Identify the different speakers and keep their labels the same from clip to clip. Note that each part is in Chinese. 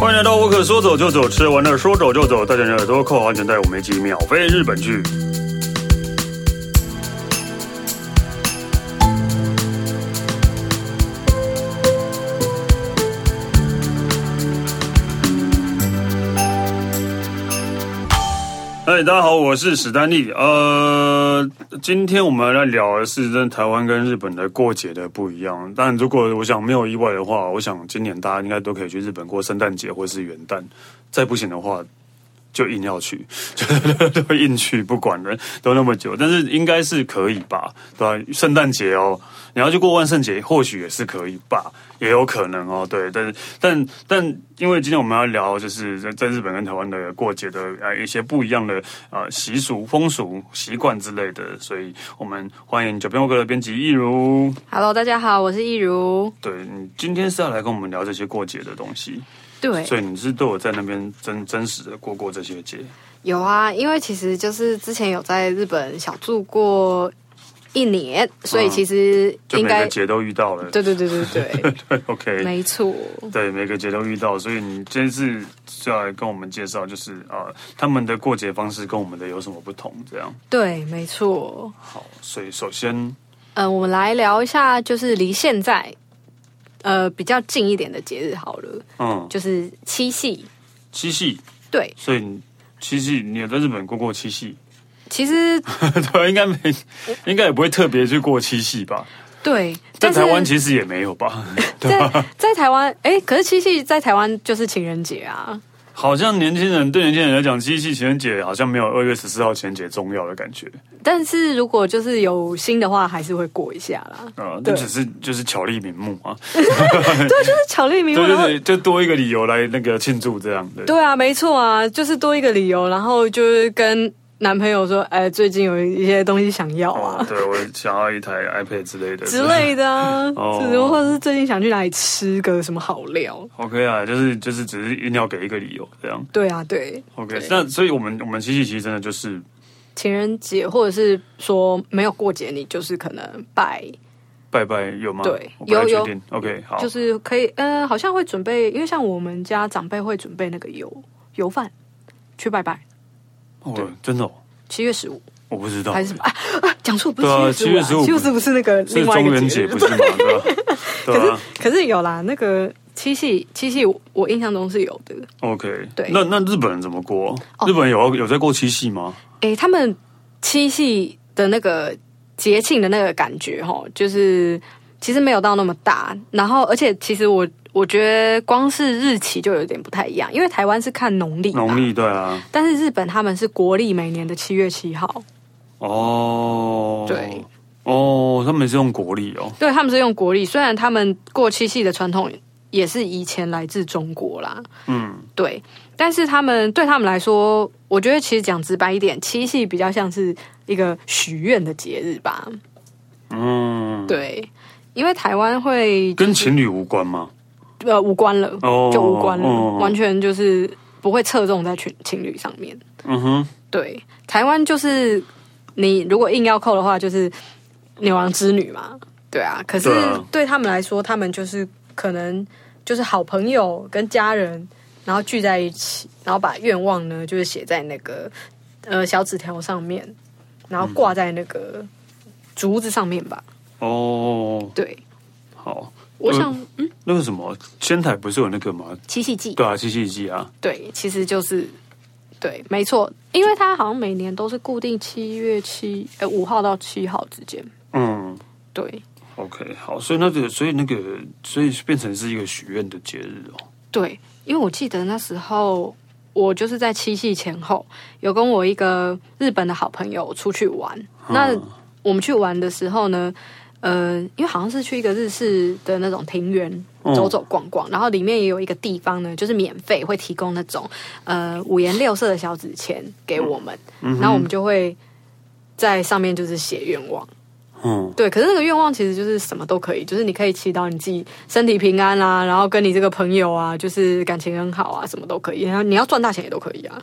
Speaker 1: 欢迎来到沃克，说走就走，吃完了说走就走，大家的耳朵扣好安全带，我们一起秒飞日本去。嗨，哎大家好，我是史丹利。呃，今天我们来聊的是真的台湾跟日本的过节的不一样。但如果我想没有意外的话，我想今年大家应该都可以去日本过圣诞节或是元旦。再不行的话，就硬要去， 就都硬去，不管了，都那么久。但是应该是可以吧？对吧、圣诞节哦，你要去过万圣节，或许也是可以吧，也有可能哦。对，但是但但因为今天我们要聊，就是在在日本跟台湾的过节的啊一些不一样的啊习俗、风俗、习惯之类的，所以我们欢迎九边沃克的编辑易如。
Speaker 2: Hello，大家好，我是易如。
Speaker 1: 对你今天是要来跟我们聊这些过节的东西，
Speaker 2: 对，
Speaker 1: 所以你是都有在那边真真实的过过这些节。
Speaker 2: 有啊，因为其实就是之前有在日本小住过一年，所以其实
Speaker 1: 啊就
Speaker 2: 应
Speaker 1: 每个
Speaker 2: 该、
Speaker 1: 节都遇到了，
Speaker 2: 对对对对对，
Speaker 1: 对，OK，
Speaker 2: 没错。
Speaker 1: 对，每个节都遇到，所以你这次就要来跟我们介绍，就是啊、呃他们的过节方式跟我们的有什么不同？这样
Speaker 2: 对，没错。
Speaker 1: 好，所以首先
Speaker 2: 嗯，我们来聊一下，就是离现在呃比较近一点的节日好了，
Speaker 1: 嗯，
Speaker 2: 就是七夕。
Speaker 1: 七夕，
Speaker 2: 对，
Speaker 1: 所以你七夕你有在日本过过七夕？
Speaker 2: 其实
Speaker 1: 对，应该没，应该也不会特别去过七夕吧？
Speaker 2: 对，
Speaker 1: 在
Speaker 2: 但是
Speaker 1: 台湾其实也没有吧？
Speaker 2: 在在台湾，哎，可是七夕在台湾就是情人节啊。
Speaker 1: 好像年轻人对年轻人来讲，七夕情人节好像没有二月十四号情人节重要的感觉
Speaker 2: 但是如果就是有心的话，还是会过一下啦。
Speaker 1: 啊，那、
Speaker 2: 对
Speaker 1: 只是就是巧立名目啊，
Speaker 2: 对，就是 巧立名
Speaker 1: 对
Speaker 2: 目，
Speaker 1: 对
Speaker 2: 然后
Speaker 1: 对，就多一个理由来那个庆祝这样的。
Speaker 2: 对啊，没错啊，就是多一个理由，然后就是跟男朋友说，哎，最近有一些东西想要
Speaker 1: 哦
Speaker 2: 啊、
Speaker 1: 对我想要一台 iPad 之类的
Speaker 2: 之。类的啊，
Speaker 1: 哦
Speaker 2: 就是或者是最近想去哪里吃个什么好料。
Speaker 1: OK 啊，就是就是只是硬要给一个理由这样。
Speaker 2: 对啊，对，
Speaker 1: OK，
Speaker 2: 对
Speaker 1: 那所以我们我们七夕其实真的就是
Speaker 2: 情人节或者是说没有过节，你就是可能拜，
Speaker 1: 拜拜有吗？
Speaker 2: 对
Speaker 1: 我不太
Speaker 2: 有
Speaker 1: 确
Speaker 2: 有
Speaker 1: 定。OK，好，
Speaker 2: 就是可以，呃，好像会准备，因为像我们家长辈会准备那个油油饭去拜拜，
Speaker 1: 我真的哦
Speaker 2: 七月十五
Speaker 1: 我不知道
Speaker 2: 还，是什么啊啊，讲错不是
Speaker 1: 对啊
Speaker 2: 七月十五、
Speaker 1: 7
Speaker 2: 七
Speaker 1: 月
Speaker 2: 月
Speaker 1: 15
Speaker 2: 十五是那个
Speaker 1: 是
Speaker 2: 另外一
Speaker 1: 中
Speaker 2: 个
Speaker 1: 元
Speaker 2: 节
Speaker 1: 节
Speaker 2: 日
Speaker 1: 不 是吗？对吧？对啊
Speaker 2: 可是有啦，那个七夕，七夕我我印象中是有的。
Speaker 1: ，OK，
Speaker 2: 对哦
Speaker 1: 那那日本人怎么过？日本人有有在过七夕吗？
Speaker 2: 诶、他们七夕的那个节庆的那个感觉，哈，就是其实没有到那么大。然后，而且其实我我觉得光是日期就有点不太一样，因为台湾是看农历嘛，
Speaker 1: 农历对啊，
Speaker 2: 但是日本他们是国历每年的七月七号，
Speaker 1: 哦，
Speaker 2: 对，
Speaker 1: 哦，他们是用国历哦，
Speaker 2: 对，他们是用国历。虽然他们过七夕的传统也是以前来自中国啦，
Speaker 1: 嗯，
Speaker 2: 对，但是他们对他们来说，我觉得其实讲直白一点，七夕比较像是一个许愿的节日吧。
Speaker 1: 嗯，，
Speaker 2: 对，因为台湾会
Speaker 1: 跟情侣无关吗？
Speaker 2: 呃无关了，
Speaker 1: 哦
Speaker 2: 就无关了，
Speaker 1: 哦
Speaker 2: 完全就是不会侧重在情情侣上面。
Speaker 1: 嗯哼，
Speaker 2: 对，台湾就是你如果硬要扣的话，就是牛郎织女嘛，对啊。可是
Speaker 1: 对啊
Speaker 2: 对他们来说，他们就是可能就是好朋友跟家人，然后聚在一起，然后把愿望呢就是写在那个呃小纸条上面，然后挂在那个竹子上面吧。
Speaker 1: 哦，
Speaker 2: 对，
Speaker 1: 好，
Speaker 2: 我想、嗯，
Speaker 1: 那个什么，仙台不是有那个吗？
Speaker 2: 七夕祭，
Speaker 1: 对啊，七夕祭啊，
Speaker 2: 对，其实就是。对，没错，因为它好像每年都是固定七月七呃五号到七号之间，
Speaker 1: 嗯
Speaker 2: 对，
Speaker 1: ，OK，好，所以那个，所以那个，所以变成是一个许愿的节日哦。
Speaker 2: 对，因为我记得那时候我就是在七夕前后有跟我一个日本的好朋友出去玩。那我们去玩的时候呢，呃，因为好像是去一个日式的那种庭园
Speaker 1: 嗯
Speaker 2: 走走逛逛，然后里面也有一个地方呢，就是免费会提供那种呃五颜六色的小纸钱给我们，然后我们就会在上面就是写愿望。
Speaker 1: 嗯，
Speaker 2: 对，可是那个愿望其实就是什么都可以，就是你可以祈祷你自己身体平安啊，然后跟你这个朋友啊，就是感情很好啊，什么都可以。然后你要赚大钱也都可以啊。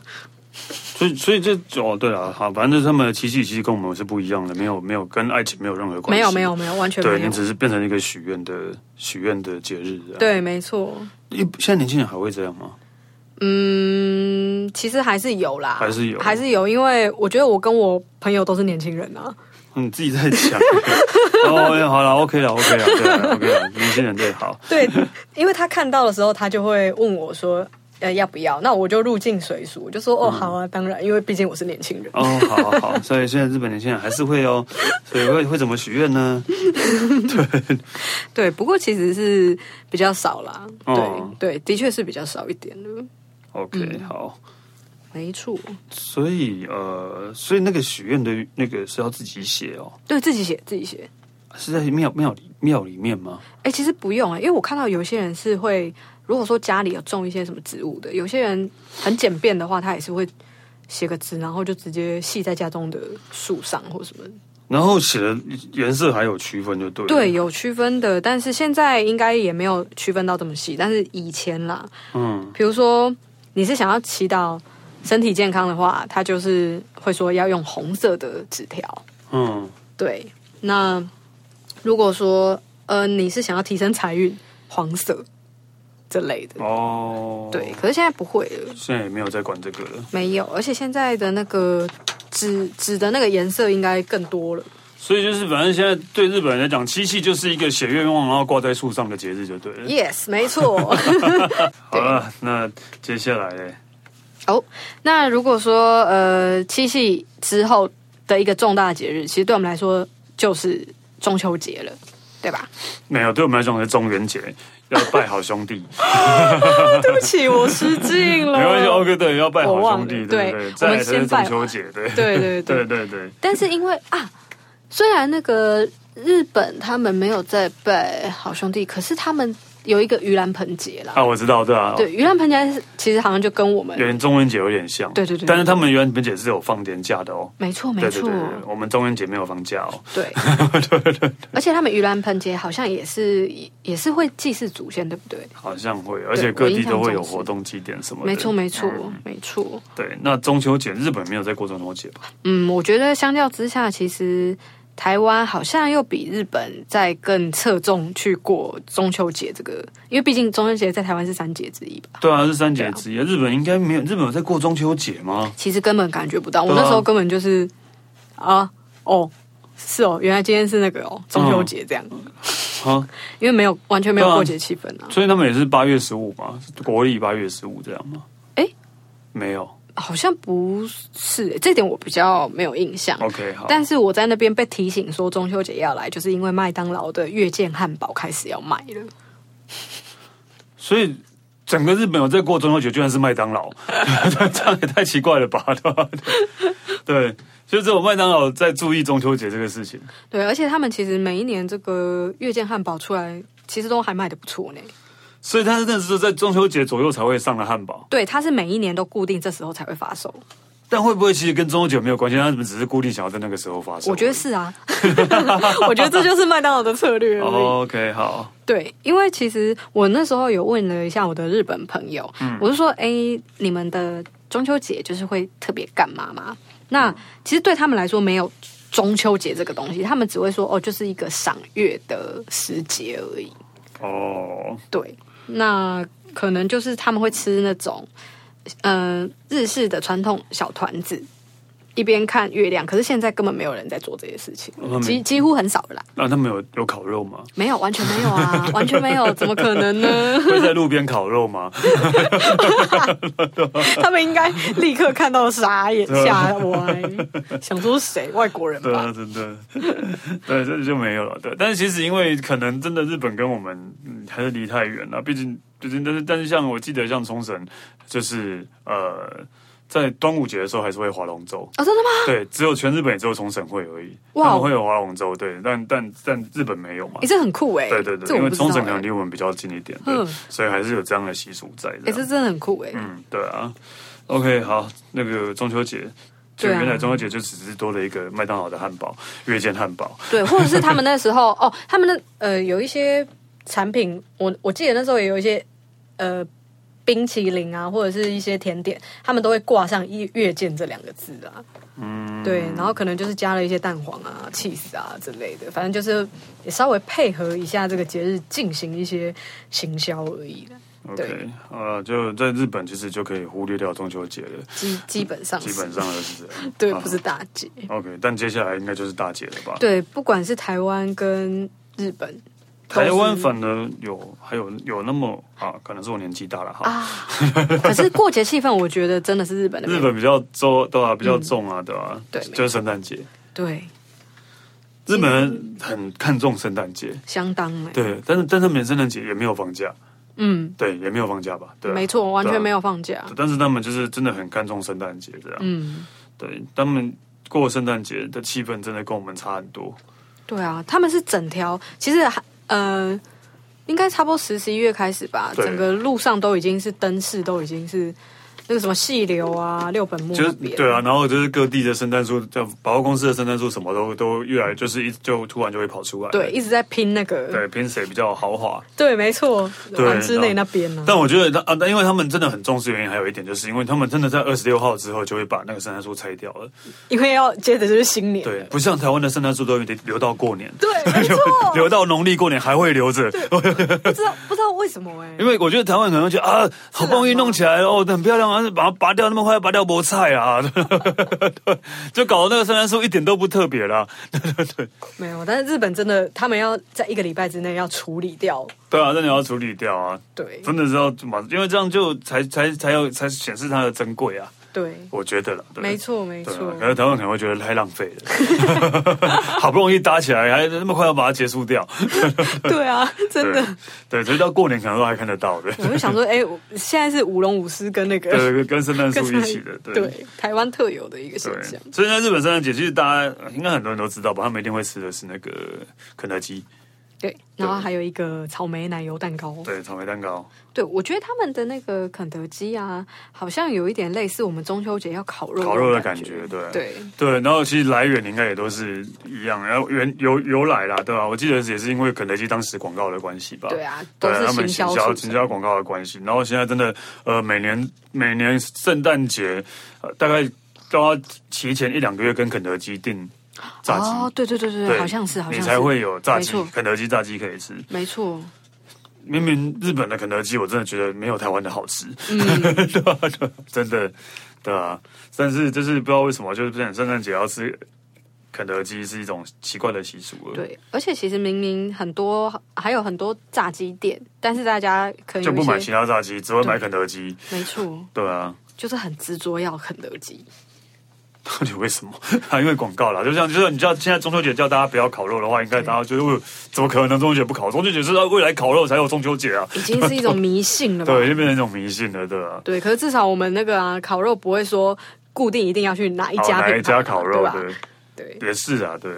Speaker 1: 所以所以这哦，对了，好，反正就是他们的七夕其实跟我们是不一样的，没有没有跟爱情没有任何关系，
Speaker 2: 没有没有，没有，完全
Speaker 1: 对
Speaker 2: 没有
Speaker 1: 你。只是变成一个许愿的许愿的节日。，
Speaker 2: 对，没错。
Speaker 1: 一现在年轻人还会这样吗？
Speaker 2: 嗯，其实还是有啦，
Speaker 1: 还是有
Speaker 2: 还是有，因为我觉得我跟我朋友都是年 轻人啊，
Speaker 1: 你自己在讲。 哦，好了，OK 了，OK 了，对了，OK 了，年轻人对，好，
Speaker 2: 对，因为他看到的时候，他就会问我说。呃，要不要？那我就入境随俗，我就
Speaker 1: 嗯
Speaker 2: 说哦，好啊，当然，因为毕竟我是年轻人。
Speaker 1: 哦，好好 好，所以现在日本年轻人还是会哦，所以会会怎么许愿呢？
Speaker 2: 对，不过其实是比较少啦。
Speaker 1: 哦
Speaker 2: 对对，的确是比较少一点的，
Speaker 1: OK，好，
Speaker 2: 嗯没错。
Speaker 1: 所以呃，所以那个许愿的那个是要自己写哦，
Speaker 2: 对自己写，自己写。
Speaker 1: 是在庙庙里庙里面吗？
Speaker 2: 哎、其实不用啊、因为我看到有些人是会，如果说家里有种一些什么植物的，有些人很简便的话，他也是会写个字，然后就直接系在家中的树上或什么。
Speaker 1: 然后写的颜色还有区分就对了，
Speaker 2: 对，有区分的，但是现在应该也没有区分到这么细。但是以前啦，
Speaker 1: 嗯，
Speaker 2: 比如说你是想要祈祷身体健康的话，他就是会说要用红色的纸条。
Speaker 1: 嗯
Speaker 2: 对，那如果说呃你是想要提升财运，黄色这类的，
Speaker 1: 哦，
Speaker 2: 对，，可是现在不会了，
Speaker 1: 现在也没有在管这个了，
Speaker 2: 没有，而且现在的那个纸纸的那个颜色应该更多了。
Speaker 1: 所以就是反正现在对日本人来讲，七夕就是一个写愿望然后挂在树上的节日就对了。
Speaker 2: Yes，没错。
Speaker 1: 好了，那接下来嘞，
Speaker 2: 哦那如果说呃七夕之后的一个重大节日，其实对我们来说就是中秋节了，对 吧？
Speaker 1: 没有，对我们来讲是中元节，要拜好兄弟，
Speaker 2: 对不起，我失敬了。
Speaker 1: 没关系，OK，对，要拜好兄弟，
Speaker 2: 哦我忘了
Speaker 1: 对
Speaker 2: 对
Speaker 1: 对，
Speaker 2: 我
Speaker 1: 再
Speaker 2: 们
Speaker 1: 来才是
Speaker 2: 先拜
Speaker 1: 中
Speaker 2: 完
Speaker 1: 秋节，对
Speaker 2: 对对对
Speaker 1: 对对对。
Speaker 2: 但是因为啊，虽然那个日本他们没有在拜好兄弟，可是他们有一个盂兰盆节啦。
Speaker 1: 啊，我知道，对啊，
Speaker 2: 对，盂兰盆节是其实好像就跟我们
Speaker 1: 有点中元节有点像，
Speaker 2: 对对对
Speaker 1: 但是他们原本节是有放年假的哦，
Speaker 2: 没错没
Speaker 1: 对对
Speaker 2: 错
Speaker 1: 对，对我们中元节没有放假哦，
Speaker 2: 对 而且他们盂兰盆节好像也是也是会祭祀祖先，对不对？
Speaker 1: 好像会，而且
Speaker 2: 我
Speaker 1: 各地
Speaker 2: 印象
Speaker 1: 都会
Speaker 2: 中
Speaker 1: 有
Speaker 2: 是
Speaker 1: 活动祭典什么的，
Speaker 2: 没错没错
Speaker 1: 嗯
Speaker 2: 没错。
Speaker 1: 对，那中秋节日本没有在过中秋节吧？
Speaker 2: 嗯，我觉得相较之下，其实台湾好像又比日本在更侧重去过中秋节这个，因为毕竟中秋节在台湾是三节之一吧。
Speaker 1: 对啊，是三节之一，日本应该没有，日本有在过中秋节吗？
Speaker 2: 其实根本感觉不到。我
Speaker 1: 对啊
Speaker 2: 那时候根本就是啊，哦，是哦，原来今天是那个哦，中秋节这样，
Speaker 1: 啊，
Speaker 2: 因为没有完全没有
Speaker 1: 对啊
Speaker 2: 过节气氛啊。
Speaker 1: 所以他们也是八月十五嘛，国历八月十五这样吗？
Speaker 2: 诶
Speaker 1: 没有
Speaker 2: 好像不是，这点我比较没有印象。
Speaker 1: ，OK，好，
Speaker 2: 但是我在那边被提醒说中秋节要来，就是因为麦当劳的月见汉堡开始要卖了。
Speaker 1: 所以。整个日本有在过中秋节，居然是麦当劳， 这样也太奇怪了吧？ 对吧？对，就只有麦当劳在注意中秋节这个事情。
Speaker 2: 对，而且他们其实每一年这个月见汉堡出来，其实都还卖的不错呢。
Speaker 1: 所以他真的是在中秋节左右才会上的汉堡，
Speaker 2: 对，它是每一年都固定这时候才会发售，
Speaker 1: 但会不会其实跟中秋节没有关系？他们只是固定想要在那个时候发生？
Speaker 2: 我觉得是啊， 我觉得这就是麦当劳的策略而已。
Speaker 1: 哦 OK，好，
Speaker 2: 对，因为其实我那时候有问了一下我的日本朋友，我是说，哎，你们的中秋节就是会特别干嘛吗？那其实对他们来说没有中秋节这个东西，他们只会说哦，就是一个赏月的时节而已。
Speaker 1: 哦，
Speaker 2: 对，那可能就是他们会吃那种，嗯、日式的传统小团子，一边看月亮。可是现在根本没有人在做这些事情
Speaker 1: 嗯，
Speaker 2: 几几乎很少了啦，
Speaker 1: 那他们有有烤肉吗？
Speaker 2: 没有，完全没有啊，完全没有，怎么可能呢？
Speaker 1: 会在路边烤肉吗？
Speaker 2: 他们应该立刻看到傻 眼吓歪，想说谁外国人
Speaker 1: 啊对
Speaker 2: 吧
Speaker 1: 啊，？真的， 对，这就没有了。对，但是其实因为可能真的日本跟我们、嗯还是离太远了，毕竟毕竟，但是但是像我记得像冲绳，就是呃，在端午节的时候还是会划龙舟，
Speaker 2: 啊、真的吗？
Speaker 1: 对，只有全日本也只有冲绳会而已，
Speaker 2: 哇哦
Speaker 1: 他们会有划龙舟，对，但但但日本没有嘛
Speaker 2: 你、。这很酷哎、
Speaker 1: 对对对，
Speaker 2: 这我
Speaker 1: 因为
Speaker 2: 不知道
Speaker 1: 冲绳
Speaker 2: 哎
Speaker 1: 可能离我们比较近一点，对
Speaker 2: 嗯，
Speaker 1: 所以还是有这样的习俗在
Speaker 2: 哎、
Speaker 1: 的。
Speaker 2: 这真的很酷哎、
Speaker 1: 嗯，对啊。OK，好，那个中秋节，就
Speaker 2: 对啊
Speaker 1: 原来中秋节就只是多了一个麦当劳的汉堡，月见汉堡。
Speaker 2: 对，或者是他们那时候 哦，他们那呃有一些产品，我我记得那时候也有一些呃冰淇淋啊，或者是一些甜点，他们都会挂上“一月见”这两个字啊。嗯，对，然后可能就是加了一些蛋黄啊、cheese 啊之类的，反正就是也稍微配合一下这个节日进行一些行销而已啦
Speaker 1: OK，
Speaker 2: 对
Speaker 1: 呃，就在日本其实就可以忽略掉中秋节了，
Speaker 2: 基基本上是
Speaker 1: 基本上就是这样。
Speaker 2: 对，
Speaker 1: 啊
Speaker 2: 不是大节。
Speaker 1: OK，但接下来应该就是大节了吧？
Speaker 2: 对，不管是台湾跟日本都是
Speaker 1: 台湾反而有还有有那么啊，可能是我年纪大了哈。
Speaker 2: 啊，可是过节气氛，我觉得真的是日本的美
Speaker 1: 日本比较重，对啊，比较重啊，对啊，
Speaker 2: 嗯对
Speaker 1: 就是圣诞节。
Speaker 2: 对
Speaker 1: 日本人很看重圣诞节，
Speaker 2: 相当哎、
Speaker 1: 对，但是但是他们圣诞节也没有放假，
Speaker 2: 嗯，
Speaker 1: 对，也没有放假吧？对啊、啊
Speaker 2: 没错，完全没
Speaker 1: 有。
Speaker 2: 有放假，
Speaker 1: 但是他们就是真的很看重圣诞节这样，
Speaker 2: 嗯，
Speaker 1: 对他们过圣诞节的气氛真的跟我们差很多。
Speaker 2: 对啊，他们是整条，其实还呃，应该差不多十十一月开始吧，
Speaker 1: 对
Speaker 2: 整个路上都已经是灯饰，都已经是那个什么细流啊、六本木
Speaker 1: 就
Speaker 2: 那
Speaker 1: 是
Speaker 2: 边，
Speaker 1: 对啊，，然后就是各地的圣诞树，叫百货公司的圣诞树，什么都都越来就是一就突然就会跑出来。
Speaker 2: 对，一直在拼那个，
Speaker 1: 对，拼谁比较豪华？
Speaker 2: 对没错，
Speaker 1: 对
Speaker 2: 丸之内那边呢、
Speaker 1: 但我觉得他啊，但因为他们真的很重视，原因还有一点，就是因为他们真的在二十六号之后就会把那个圣诞树拆掉了。
Speaker 2: 因为要接着就是新年，
Speaker 1: 对，不像台湾的圣诞树都有点留到过年，
Speaker 2: 对，没错，
Speaker 1: 留到农历过年还会留着。
Speaker 2: 不知道不知道为什么哎、
Speaker 1: 因为我觉得台湾可能觉得啊，好不容易弄起来哦，很漂亮啊，把它拔掉那么快，拔掉菠菜啊， 对就搞得那个圣诞树一点都不特别啦。
Speaker 2: 没有，但是日本真的，他们要在一个礼拜之内要处理掉，
Speaker 1: 对啊，那你要处理掉啊，
Speaker 2: 对
Speaker 1: 真的是要马，因为这样就才才才有才显示它的珍贵啊，
Speaker 2: 对，
Speaker 1: 我觉得啦。对
Speaker 2: 没错没
Speaker 1: 对
Speaker 2: 错
Speaker 1: 啊，，可是台湾可能会觉得太浪费了， 好不容易搭起来，还那么快要把它结束掉，
Speaker 2: 对啊，真
Speaker 1: 对
Speaker 2: 的，
Speaker 1: 对，所以到过年可能都还看得到的，
Speaker 2: 我就想说，哎、我现在是舞龙舞狮 跟那个
Speaker 1: 对，跟圣诞树
Speaker 2: 跟
Speaker 1: 一起的，对。
Speaker 2: 对台湾特有的一个现
Speaker 1: 对
Speaker 2: 象，
Speaker 1: 所以在日本圣诞节，其实大家呃应该很多人都知道吧，他们一定会吃的是那个肯德基，
Speaker 2: 对，然后还有一个草莓奶油蛋糕，
Speaker 1: 对，草莓蛋糕，
Speaker 2: 对我觉得他们的那个肯德基啊，好像有一点类似我们中秋节要烤肉
Speaker 1: 烤肉的
Speaker 2: 那种
Speaker 1: 感
Speaker 2: 感
Speaker 1: 觉，对，
Speaker 2: 对
Speaker 1: 对，然后其实来源应该也都是一样，然后原由由来啦，对吧、我记得也是因为肯德基当时广告的关系吧。
Speaker 2: 对啊
Speaker 1: 对
Speaker 2: 都是
Speaker 1: 他们
Speaker 2: 行销
Speaker 1: 行销
Speaker 2: 促成
Speaker 1: 行销广告的关系。然后现在真的，呃，每年每年圣诞节，呃、大概都要提前一两个月跟肯德基订炸鸡。
Speaker 2: 哦，对对对对，
Speaker 1: 对，
Speaker 2: 好像是好像
Speaker 1: 你
Speaker 2: 是
Speaker 1: 才会有炸鸡
Speaker 2: 没错，
Speaker 1: 肯德基炸鸡可以吃。
Speaker 2: 没错，
Speaker 1: 明明日本的肯德基，我真的觉得没有台湾的好吃， 对吧、对吧真的，对啊。但是就是不知道为什么，就是不想圣诞节要吃肯德基是一种奇怪的习俗了，，
Speaker 2: 对，而且其实明明很多还有很多炸鸡店，但是大家可能
Speaker 1: 就
Speaker 2: 有
Speaker 1: 不买
Speaker 2: 一
Speaker 1: 其
Speaker 2: 些
Speaker 1: 他炸鸡，只会买
Speaker 2: 对
Speaker 1: 肯德基，
Speaker 2: 没错，
Speaker 1: 对啊。
Speaker 2: 就是很执着要肯德基。
Speaker 1: 到底为什么？ 啊，因为广告啦，就像就像你知道，现在中秋节叫大家不要烤肉的话，应该大家觉得，呃怎么可能中秋节不烤？中秋节是要未来烤肉才有中秋节啊，
Speaker 2: 已经是一种迷信了吧？
Speaker 1: 对，就变成一种迷信了，对啊。
Speaker 2: 对可是至少我们那个啊，烤肉不会说固定一定要去哪一
Speaker 1: 好
Speaker 2: 家
Speaker 1: 哦哪
Speaker 2: 品
Speaker 1: 一
Speaker 2: 牌
Speaker 1: 家
Speaker 2: 嘛
Speaker 1: 烤肉
Speaker 2: 对吧？
Speaker 1: 对。
Speaker 2: 对
Speaker 1: 也是啊，对。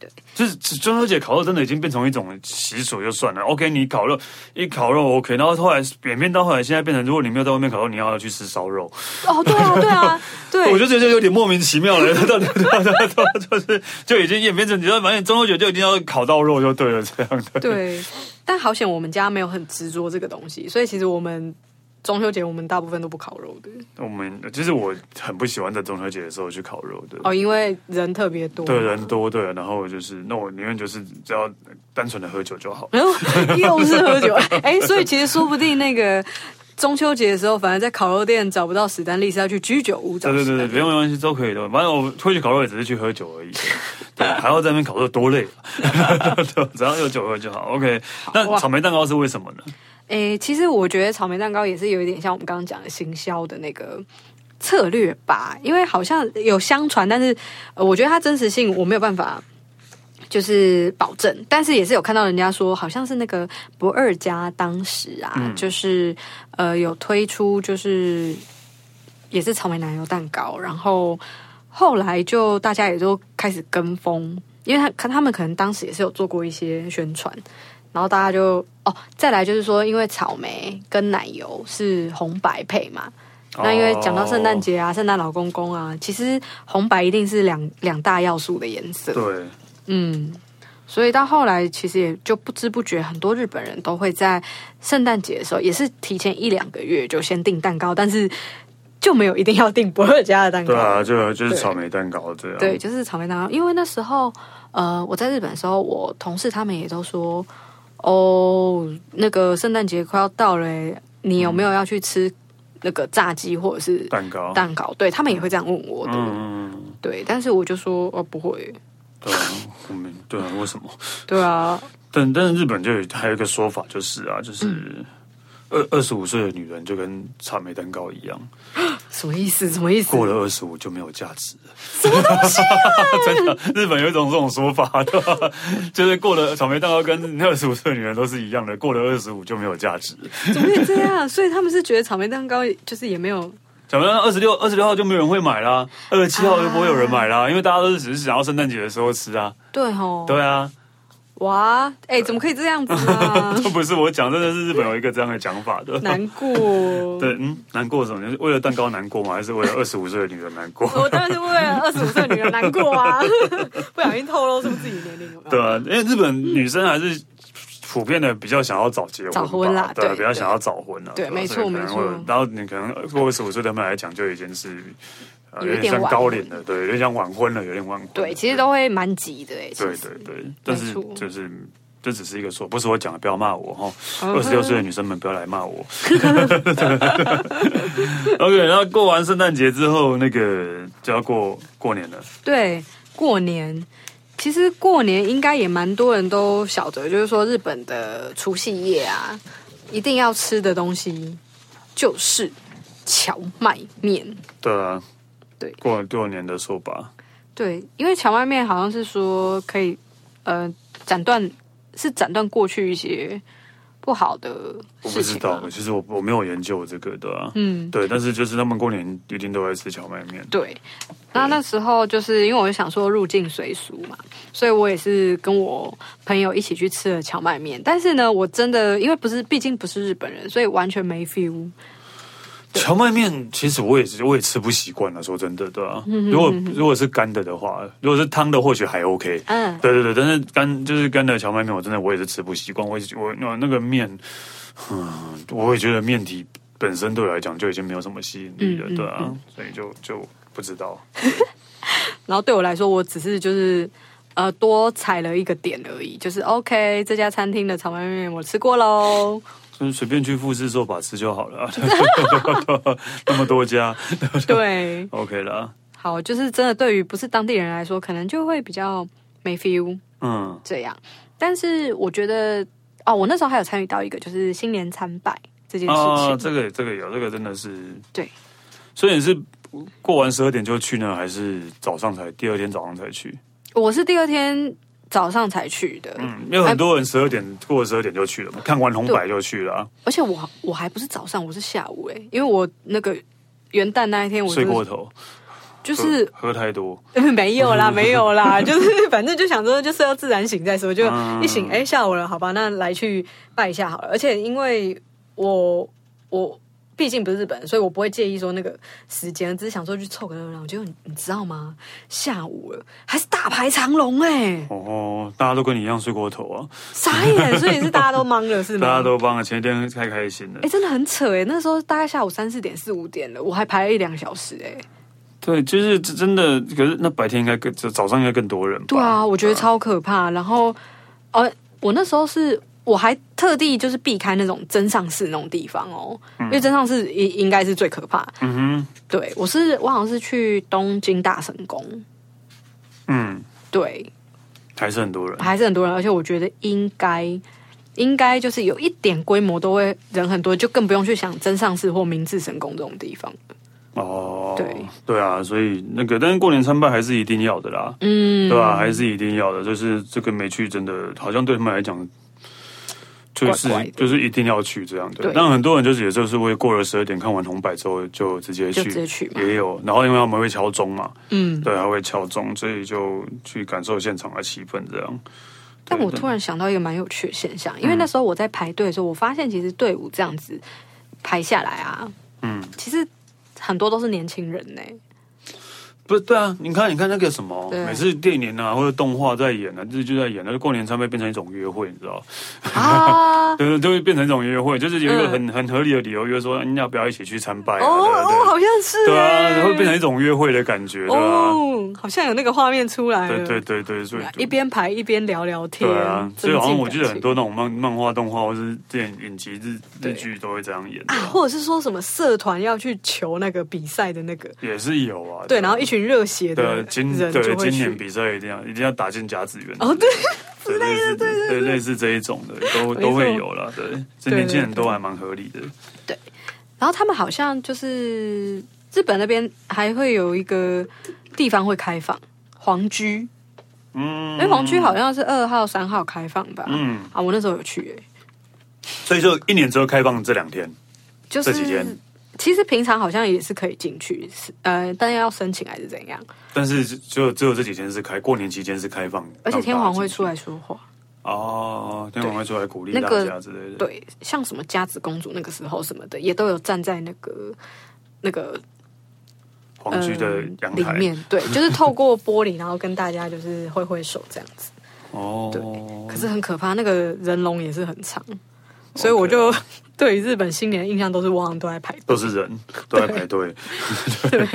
Speaker 2: 对，
Speaker 1: 就是中秋节烤肉真的已经变成一种习俗就算了。OK，你烤肉一烤肉 OK，然后后来演变到后来，现在变成如果你没有在外面烤肉，你要去吃烧肉，
Speaker 2: 哦，对啊，对啊，
Speaker 1: 我
Speaker 2: 对，
Speaker 1: 就觉得有点莫名其妙了。 到底到底到底就是就已经演变成，你知道，反正中秋节就一定要烤到肉就对了，这样的。
Speaker 2: 对。但好险我们家没有很执着这个东西，所以其实我们中秋节我们大部分都不烤肉的
Speaker 1: 我们其实我很不喜欢在中秋节的时候去烤肉的。
Speaker 2: 哦，因为人特别多。
Speaker 1: 对人多对，然后就是那我宁愿就是只要单纯的喝酒就好。
Speaker 2: 然后 又是喝酒，哎、所以其实说不定那个中秋节的时候，反而在烤肉店找不到史丹利，是要去居酒屋找
Speaker 1: 对对
Speaker 2: 史
Speaker 1: 对
Speaker 2: 丹利。
Speaker 1: 对，不用没关系，都可以的。反正我会去烤肉也只是去喝酒 而已，对，还要在那边烤肉多累啊！ 对，只要有酒喝就好。OK，那
Speaker 2: 哇
Speaker 1: 草莓蛋糕是为什么呢？
Speaker 2: 诶、其实我觉得草莓蛋糕也是有一点像我们刚刚讲的行销的那个策略吧，因为好像有相传，但是、呃我觉得它真实性我没有办法。就是保证，但是也是有看到人家说，好像是那个不二家当时啊，就是呃有推出，就是也是草莓奶油蛋糕，然后后来就大家也都开始跟风，因为他看他们可能当时也是有做过一些宣传，然后大家就哦，再来就是说，因为草莓跟奶油是红白配嘛。
Speaker 1: 哦
Speaker 2: 那因为讲到圣诞节啊，圣诞老公公啊，其实红白一定是两两大要素的颜色。
Speaker 1: 哦，对，
Speaker 2: 嗯，所以到后来，其实也就不知不觉，很多日本人都会在圣诞节的时候，也是提前一两个月就先订蛋糕，但是就没有一定要订博尔家的蛋糕。
Speaker 1: 对啊，就就是
Speaker 2: 对
Speaker 1: 草莓蛋糕这样。
Speaker 2: 对，就是草莓蛋糕。因为那时候，呃，我在日本的时候，我同事他们也都说，哦，那个圣诞节快要到了欸，你有没有要去吃那个炸鸡或者是
Speaker 1: 蛋糕，
Speaker 2: 蛋糕？对他们也会这样问我的。
Speaker 1: 嗯，嗯，
Speaker 2: 对，但是我就说，哦，不会。
Speaker 1: 对啊，我们对啊，为什么？
Speaker 2: 对啊，
Speaker 1: 但但是日本就有还有一个说法，就是啊，
Speaker 2: 嗯
Speaker 1: 就是二二十五岁的女人就跟草莓蛋糕一样，
Speaker 2: 什么意思？什么意思？
Speaker 1: 过了二十五就没有价值了。什么东
Speaker 2: 啊
Speaker 1: 西、真的，日本有一种这种说法的， 对吧就是过了草莓蛋糕跟二十五岁的女人都是一样的，过了二十五就没有价值。
Speaker 2: 怎么会这样？所以他们是觉得草莓蛋糕就是也没有
Speaker 1: 讲白了，二十六二十六号就没有人会买啦，二十七号就不会有人买
Speaker 2: 啊
Speaker 1: 啦，因为大家都是只是想要圣诞节的时候吃啊。
Speaker 2: 对吼。
Speaker 1: 对啊，
Speaker 2: 哇，哎、怎么可以这样 子啊？
Speaker 1: 都不是我讲，真的是日本有一个这样的讲法的。
Speaker 2: 难过。
Speaker 1: 对，嗯，难过什么？就是为了蛋糕难过吗？还是为了二十五岁的女人难过？
Speaker 2: 我当然是为了二十五岁的女人难过 啊！不小心透露出自己年龄有没有？
Speaker 1: 对啊，因为日本女生还是普遍的比较想要早结婚吧，
Speaker 2: 早婚啦
Speaker 1: 对啊，
Speaker 2: 对
Speaker 1: 比较想要早婚啊，
Speaker 2: 对
Speaker 1: 啊
Speaker 2: 没错
Speaker 1: 所以可能会有
Speaker 2: 没错
Speaker 1: 然后你可能过二十五岁，对他们来讲就已经是呃
Speaker 2: 有一
Speaker 1: 有
Speaker 2: 点
Speaker 1: 点像
Speaker 2: 晚
Speaker 1: 高
Speaker 2: 婚
Speaker 1: 龄了，对，有点像晚婚了，有点晚婚了。
Speaker 2: 对，其实都会蛮急的哎、其
Speaker 1: 对
Speaker 2: 实
Speaker 1: 对对，但是
Speaker 2: 错
Speaker 1: 就是。这只是一个说，不是我讲的，不要骂我哈。
Speaker 2: 嗯
Speaker 1: 二十六岁的女生们不要来骂我。OK，然后过完圣诞节之后，那个就要过过年了。
Speaker 2: 对，过年。其实过年应该也蛮多人都晓得，就是说日本的除夕夜啊，一定要吃的东西就是荞麦面。
Speaker 1: 对啊，
Speaker 2: 对
Speaker 1: 过过年的说法，
Speaker 2: 对，因为荞麦面好像是说可以，呃，斩断是斩断过去一些不好的
Speaker 1: 我不知
Speaker 2: 事情啊
Speaker 1: 道
Speaker 2: 嘛。，
Speaker 1: 其实我我没有研究这个的啊。
Speaker 2: 嗯，
Speaker 1: 对，但是就是他们过年一定都会吃荞麦面。
Speaker 2: 对，那那时候就是因为我就想说入境随俗嘛，所以我也是跟我朋友一起去吃了荞麦面。但是呢，我真的因为不是，毕竟不是日本人，所以完全没 feel。
Speaker 1: 荞麦面其实我也是我也吃不习惯了，说真的，对啊。
Speaker 2: 嗯
Speaker 1: 如果如果是干的的话，如果是汤的或许还 OK。
Speaker 2: 嗯，
Speaker 1: 对对对，但是干就是干的荞麦面，我真的我也是吃不习惯。我也是我那那个面， 嗯，我也觉得面体本身对我来讲就已经没有什么吸引力了，
Speaker 2: 嗯嗯
Speaker 1: 对啊，
Speaker 2: 嗯
Speaker 1: 所以就就不知道。
Speaker 2: 然后对我来说，我只是就是。呃，多踩了一个点而已，就是 OK，这家餐厅的荞麦面我吃过喽。
Speaker 1: 就是随便去富士寿把吃就好了啊， 那么多家
Speaker 2: 对，
Speaker 1: ，OK 啦。
Speaker 2: 好，就是真的对于不是当地人来说，可能就会比较没 feel。
Speaker 1: 嗯，
Speaker 2: 这样。但是我觉得，哦，我那时候还有参与到一个就是新年参拜这件事情，
Speaker 1: 啊，这个这个有，这个真的是
Speaker 2: 对。
Speaker 1: 所以你是过完十二点就去呢，还是早上才第二天早上才去？
Speaker 2: 我是第二天早上才去的，
Speaker 1: 嗯，因为很多人十二点过了十二点就去了嘛，
Speaker 2: 哎
Speaker 1: 看完红白就去了、啊，
Speaker 2: 而且我我还不是早上，我是下午哎、因为我那个元旦那一天我
Speaker 1: 睡
Speaker 2: 真
Speaker 1: 过
Speaker 2: 的
Speaker 1: 头，
Speaker 2: 就是
Speaker 1: 喝喝太多，
Speaker 2: 没有 啦，没有啦， 就是反正就想说，就是要自然醒再说，就
Speaker 1: 啊
Speaker 2: 一醒，哎、下午了，好吧，那来去拜一下好了。而且因为我我毕竟不是日本人，所以我不会介意说那个时间，只是想说去凑个热闹。结果你你知道吗？下午了还是大排长龙哎、
Speaker 1: 哦，大家都跟你一样睡过头啊，
Speaker 2: 傻眼，所以是大家都忙了是 吗？
Speaker 1: 大家都帮了前一天太开心了
Speaker 2: 哎、。真的很扯哎、那时候大概下午三四点四五点了，我还排了一两小时哎、
Speaker 1: 对，就是这真的，可是那白天应该更早上应该更多人吧？嗯
Speaker 2: 对啊，我觉得超可怕。然后，呃，我那时候是我还特地就是避开那种真上市那种地方哦，因为真上市应应该是最可怕。
Speaker 1: 嗯
Speaker 2: 对我是我好像是去东京大神宫，
Speaker 1: 哼，嗯，
Speaker 2: 对，
Speaker 1: 还是很多人。
Speaker 2: 还是很多人，而且我觉得应该。应该就是有一点规模都会人很多，就更不用去想真上市或明治神宫这种地方。
Speaker 1: 哦，
Speaker 2: 对
Speaker 1: 对啊，所以那个，但是过年参拜还是一定要的啦，
Speaker 2: 嗯，
Speaker 1: 对啊，还是一定要的。就是这个没去，真的好像对他们来讲，就是
Speaker 2: 怪怪的
Speaker 1: 就是一定要去这样对。
Speaker 2: 对
Speaker 1: 但很多人就是也就是会过了十二点看完红白之后就直接
Speaker 2: 就
Speaker 1: 去，
Speaker 2: 直接去嘛
Speaker 1: 也有。然后因为他们会敲钟嘛，
Speaker 2: 嗯。
Speaker 1: 对，还会敲钟，所以就去感受现场的气氛这样。
Speaker 2: 但我
Speaker 1: 对嗯
Speaker 2: 突然想到一个蛮有趣的现象，因为那时候我在排队的时候，我发现其实队伍这样子排下来啊，
Speaker 1: 嗯，
Speaker 2: 其实很多都是年轻人呢、
Speaker 1: 不不是对啊，你看你看那个什么
Speaker 2: 对，
Speaker 1: 每次电影啊或者动画在演啊，日剧在演，那过年才会变成一种约会，你知道？
Speaker 2: 啊！
Speaker 1: 对， 就会变成一种约会，就是有一个
Speaker 2: 嗯
Speaker 1: 很、很合理的理由，就是说嗯你要不要一起去参拜啊？
Speaker 2: 哦哦，好像是
Speaker 1: 对对对
Speaker 2: 欸
Speaker 1: 啊，会变成一种约会的感觉，对啊，
Speaker 2: 哦，好像有那个画面出来了。
Speaker 1: 对对对对，所以
Speaker 2: 一边排一边聊聊天，
Speaker 1: 对啊，所以
Speaker 2: 增进
Speaker 1: 好像我记得
Speaker 2: 感
Speaker 1: 很
Speaker 2: 情
Speaker 1: 多那种漫漫画、动画或是电影影集、日
Speaker 2: 对
Speaker 1: 日剧都会这样演，
Speaker 2: 啊，或者是说什么社团要去求那个比赛的那个，
Speaker 1: 也是有啊。
Speaker 2: 对，然后一群热血的
Speaker 1: 对
Speaker 2: 人
Speaker 1: 今
Speaker 2: 就
Speaker 1: 对
Speaker 2: 会
Speaker 1: 今年
Speaker 2: 去。
Speaker 1: 比赛一定要一定要打进甲子园
Speaker 2: 哦，对，
Speaker 1: 对类似对对类似这一种的都
Speaker 2: 没错
Speaker 1: 都会有了，对，这
Speaker 2: 对
Speaker 1: 年轻人
Speaker 2: 对
Speaker 1: 都还蛮合理的。
Speaker 2: 然后他们好像就是日本那边还会有一个地方会开放皇居，
Speaker 1: 嗯
Speaker 2: 因为皇居哎好像是二号、三号开放吧。
Speaker 1: 嗯，
Speaker 2: 啊，我那时候有去、欸，
Speaker 1: 所以就一年之后开放这两天，
Speaker 2: 就是
Speaker 1: 这几天
Speaker 2: 其实平常好像也是可以进去，是呃，但要申请还是怎样？
Speaker 1: 但是就只有这几天是开，过年期间是开放，
Speaker 2: 而且天皇会
Speaker 1: 出
Speaker 2: 出来说话。
Speaker 1: 哦，天皇会出来鼓励
Speaker 2: 那
Speaker 1: 大
Speaker 2: 个
Speaker 1: 家之类的。
Speaker 2: 对，像什么家子公主那个时候什么的，也都有站在那个那个
Speaker 1: 皇居的
Speaker 2: 嗯
Speaker 1: 阳
Speaker 2: 里
Speaker 1: 台
Speaker 2: 面，对，就是透过玻璃，然后跟大家就是挥挥手这样子。
Speaker 1: 哦
Speaker 2: 可，是很可怕，那个人龙也是很长，所以我就
Speaker 1: 啊
Speaker 2: 对于日本新年的印象都是往往都在排队。
Speaker 1: 都是人，都在排 队，
Speaker 2: 对，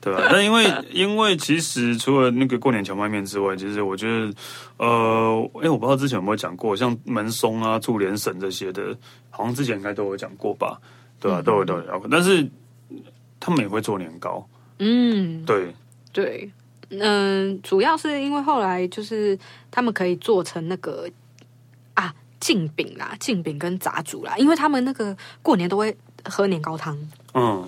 Speaker 1: 对吧？但因为因为其实除了那个过年荞麦面之外，其实我觉得，呃，哎，我不知道之前有没有讲过，像门松啊、驻联省这些的，好像之前应该都有讲过吧？对
Speaker 2: 嗯
Speaker 1: 啊，都有都有聊过，但是他们也会做年糕，
Speaker 2: 嗯，
Speaker 1: 对，
Speaker 2: 对，嗯，主要是因为后来就是他们可以做成那个啊镜饼啦，镜饼跟炸煮啦，因为他们那个过年都会喝年糕汤，
Speaker 1: 嗯，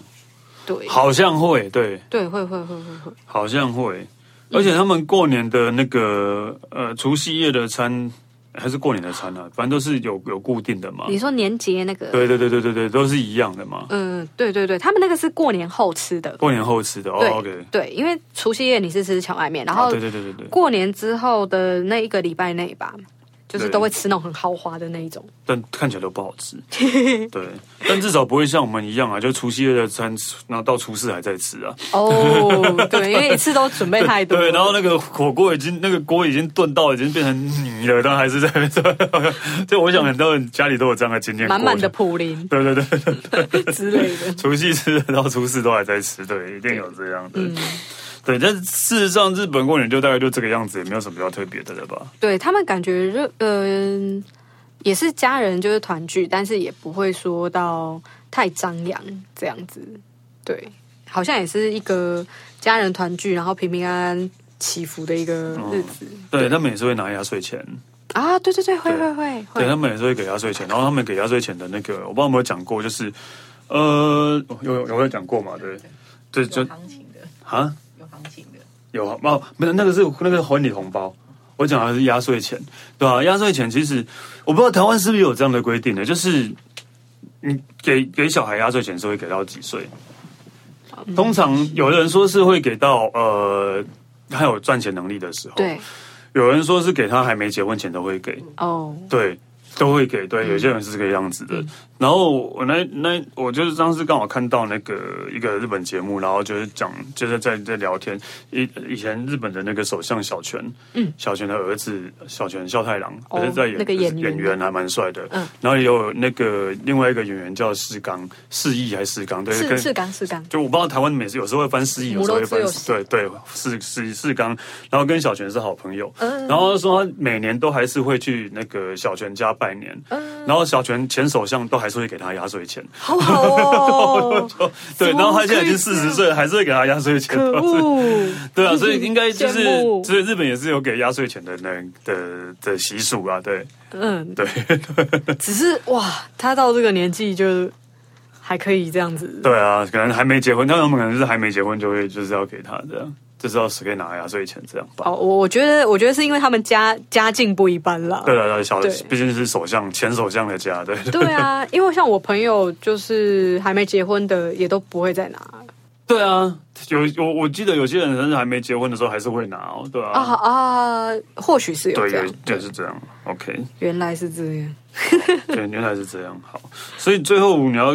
Speaker 2: 对，
Speaker 1: 好像会，对，
Speaker 2: 对，会会会会会，
Speaker 1: 好像会。而且他们过年的那个呃除夕夜的餐还是过年的餐啊，反正都是有有固定的嘛。
Speaker 2: 你说年节那个，
Speaker 1: 对对对对对对，都是一样的嘛。
Speaker 2: 嗯、对对对，他们那个是过年后吃的，
Speaker 1: 过年后吃的哦
Speaker 2: 对、
Speaker 1: ，OK。
Speaker 2: 对，因为除夕夜你是吃荞麦面，然
Speaker 1: 啊，
Speaker 2: 后
Speaker 1: 对对对对对，
Speaker 2: 过年之后的那一个礼拜内吧，就是
Speaker 1: 对
Speaker 2: 都会吃那种很豪华的那 一种。
Speaker 1: 但看起来都不好 吃。对，但至少不会像我们一样啊，就除夕夜的餐，然后到初四还在吃啊。
Speaker 2: 哦，对，因为一次都准备太多。
Speaker 1: 对，然后那个火锅已经那个锅已经炖到已经变成泥了，但还是在那边 做。就我想很多人家里都有这样的经验过，
Speaker 2: 满满的普林
Speaker 1: 对。对对 对
Speaker 2: 之类的。
Speaker 1: 除夕吃的到初四都还在吃，对，一定有这样的。对，但事实上，日本过年就大概就这个样子，也没有什么比较特别的了吧？
Speaker 2: 对他们感觉热，嗯、也是家人就是团聚，但是也不会说到太张扬这样子。对，好像也是一个家人团聚，然后平平安安祈福的一个日子、
Speaker 1: 对他们也是会拿压岁钱，
Speaker 2: 啊！对对对，会
Speaker 1: 对
Speaker 2: 会会
Speaker 1: 哦对
Speaker 2: 会，
Speaker 1: 他们也是会给压岁钱，然后他们给压岁钱的那个，我不知道有没有讲过，就是呃，有有有没有讲过嘛？对，对，就
Speaker 3: 有行情的，
Speaker 1: 啊，
Speaker 3: 有行情的。
Speaker 1: 有啊哦，没有那个是那个是婚礼红包，我讲的是压岁钱，对吧、压岁钱其实我不知道台湾是不是有这样的规定的，就是你给给小孩压岁钱是会给到几岁？通常有的人说是会给到呃，他有赚钱能力的时候，
Speaker 2: 对
Speaker 1: 有人说是给他还没结婚前都会给，
Speaker 2: 哦，
Speaker 1: 对，都会给。对，有些人是这个样子的。
Speaker 2: 嗯
Speaker 1: 然后我那那我就是当时刚好看到那个一个日本节目，然后就是讲就是在在聊天，以以前日本的那个首相小泉，嗯，小泉的儿子小泉孝太郎，
Speaker 2: 哦
Speaker 1: 可是在演
Speaker 2: 那个演员
Speaker 1: 演员还蛮帅的。嗯，然后也有那个另外一个演员叫世刚，世义还是世刚，对，
Speaker 2: 是
Speaker 1: 跟
Speaker 2: 是刚是刚，
Speaker 1: 就我不知道台湾每次有时候会翻失忆，有时候会翻
Speaker 2: 母肉之
Speaker 1: 对对是是是刚，然后跟小泉是好朋友，
Speaker 2: 嗯
Speaker 1: 然后说他每年都还是会去那个小泉家拜年，然后小泉前首相都还是会给他压岁钱，
Speaker 2: 嗯好好哦，
Speaker 1: 对，
Speaker 2: 怎
Speaker 1: 然
Speaker 2: 么
Speaker 1: 后他现在已
Speaker 2: 可以
Speaker 1: 经
Speaker 2: 这
Speaker 1: 四
Speaker 2: 样
Speaker 1: 十岁了，还是会给他压岁钱，
Speaker 2: 可恶，
Speaker 1: 对啊，所以应该就是
Speaker 2: 羡慕，
Speaker 1: 所以日本也是有给压岁钱的那的的习俗啊，对
Speaker 2: 嗯，
Speaker 1: 对
Speaker 2: 只是哇，他到这个年纪就还可以这样子，
Speaker 1: 对啊，可能还没结婚，但他们可能是还没结婚就会就是要给他这样，就是要是可以拿压岁钱这样吧。
Speaker 2: 哦，我我觉得，我觉得是因为他们家家境不一般啦。
Speaker 1: 对啊对对，小
Speaker 2: 对
Speaker 1: 毕竟是首相前首相的家，对对
Speaker 2: 对啊，因为像我朋友就是还没结婚的，也都不会再拿
Speaker 1: 对啊，有有我记得有些人甚至还没结婚的时候还是会拿哦，对啊，
Speaker 2: 啊啊，或许是有
Speaker 1: 对，
Speaker 2: 这样
Speaker 1: 有，就是这样，OK，
Speaker 2: 原来是这样。
Speaker 1: 对，原来是这样，好，所以最后你要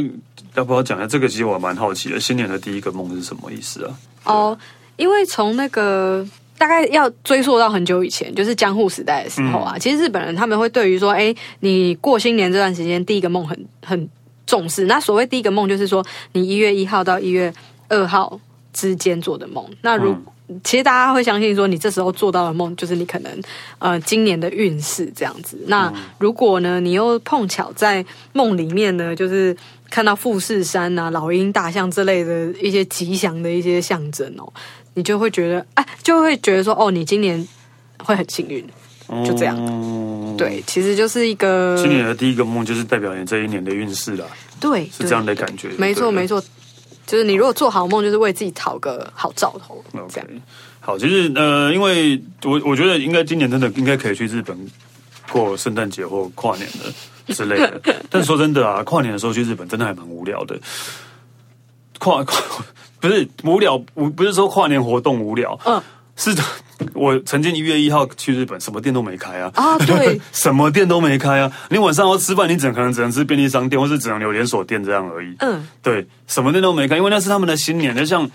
Speaker 1: 要不要讲一下这个？其实我蛮好奇的，新年的第一个梦是什么意思啊？
Speaker 2: 哦，因为从那个大概要追溯到很久以前，就是江户时代的时候啊，其实日本人他们会对于说，哎，你过新年这段时间第一个梦很很重视。那所谓第一个梦，就是说你一月一号到一月二号之间做的梦。那如、其实大家会相信说，你这时候做到的梦就是你可能呃今年的运势这样子。那如果呢，你又碰巧在梦里面呢，就是看到富士山啊、老鹰、大象之类的一些吉祥的一些象征哦，你就会觉得哎、就会觉得说哦，你今年会很幸运。
Speaker 1: 嗯
Speaker 2: 就这样
Speaker 1: 样。
Speaker 2: 对，其实就是一个
Speaker 1: 今年的第一个梦就是代表你这一年的运势啦，
Speaker 2: 对
Speaker 1: 是这样的感觉。
Speaker 2: 对没错没
Speaker 1: 错。
Speaker 2: 错，就是你如果做好梦，就是为自己讨个好兆头，这
Speaker 1: OK，
Speaker 2: 样
Speaker 1: 好，其实呃，因为我我觉得应该今年真的应该可以去日本过圣诞节或跨年的之类 的。但说真的啊，跨年的时候去日本真的还蛮无聊的。跨跨不是无聊，不不是说跨年活动无聊，
Speaker 2: 嗯
Speaker 1: 是的，我曾经一月一号去日本，什么店都没开啊。
Speaker 2: 啊，对
Speaker 1: 什么店都没开啊！你晚上要吃饭，你只能可能只能吃便利商店，或是只能有连锁店这样而已。
Speaker 2: 嗯，
Speaker 1: 对，什么店都没开，因为那是他们的新年。就像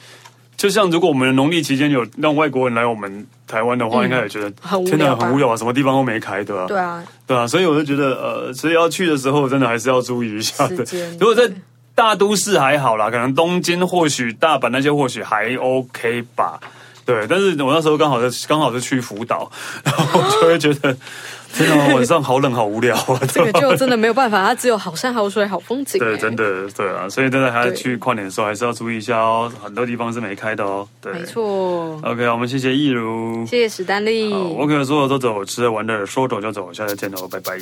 Speaker 1: 就像如果我们的农历期间有让外国人来我们台湾的话，应该也觉得
Speaker 2: 嗯很无
Speaker 1: 天
Speaker 2: 聊吧
Speaker 1: 很无聊啊，什么地方都没开，对吧、
Speaker 2: 对啊，
Speaker 1: 对啊，所以我就觉得，呃，所以要去的时候，真的还是要注意一下的
Speaker 2: 时间。
Speaker 1: 如果在大都市还好啦，可能东京或许、大阪那些或许还 OK 吧。对，但是我那时候刚好在刚好是去福岛，然后就会觉 得，天啊，晚上好冷，好无聊啊！
Speaker 2: 这个就真的没有办法，它只有好山好水好风景、
Speaker 1: 对，
Speaker 2: 哎
Speaker 1: 真的对啊，所以真的还要
Speaker 2: 对
Speaker 1: 去跨年的时候还是要注意一下哦，很多地方是没开的哦。对，
Speaker 2: 没。错。
Speaker 1: OK，我们谢谢易如。
Speaker 2: 谢谢史丹利。
Speaker 1: 好，OK，所有都走，吃的玩的说走就走，下次见喽，拜拜。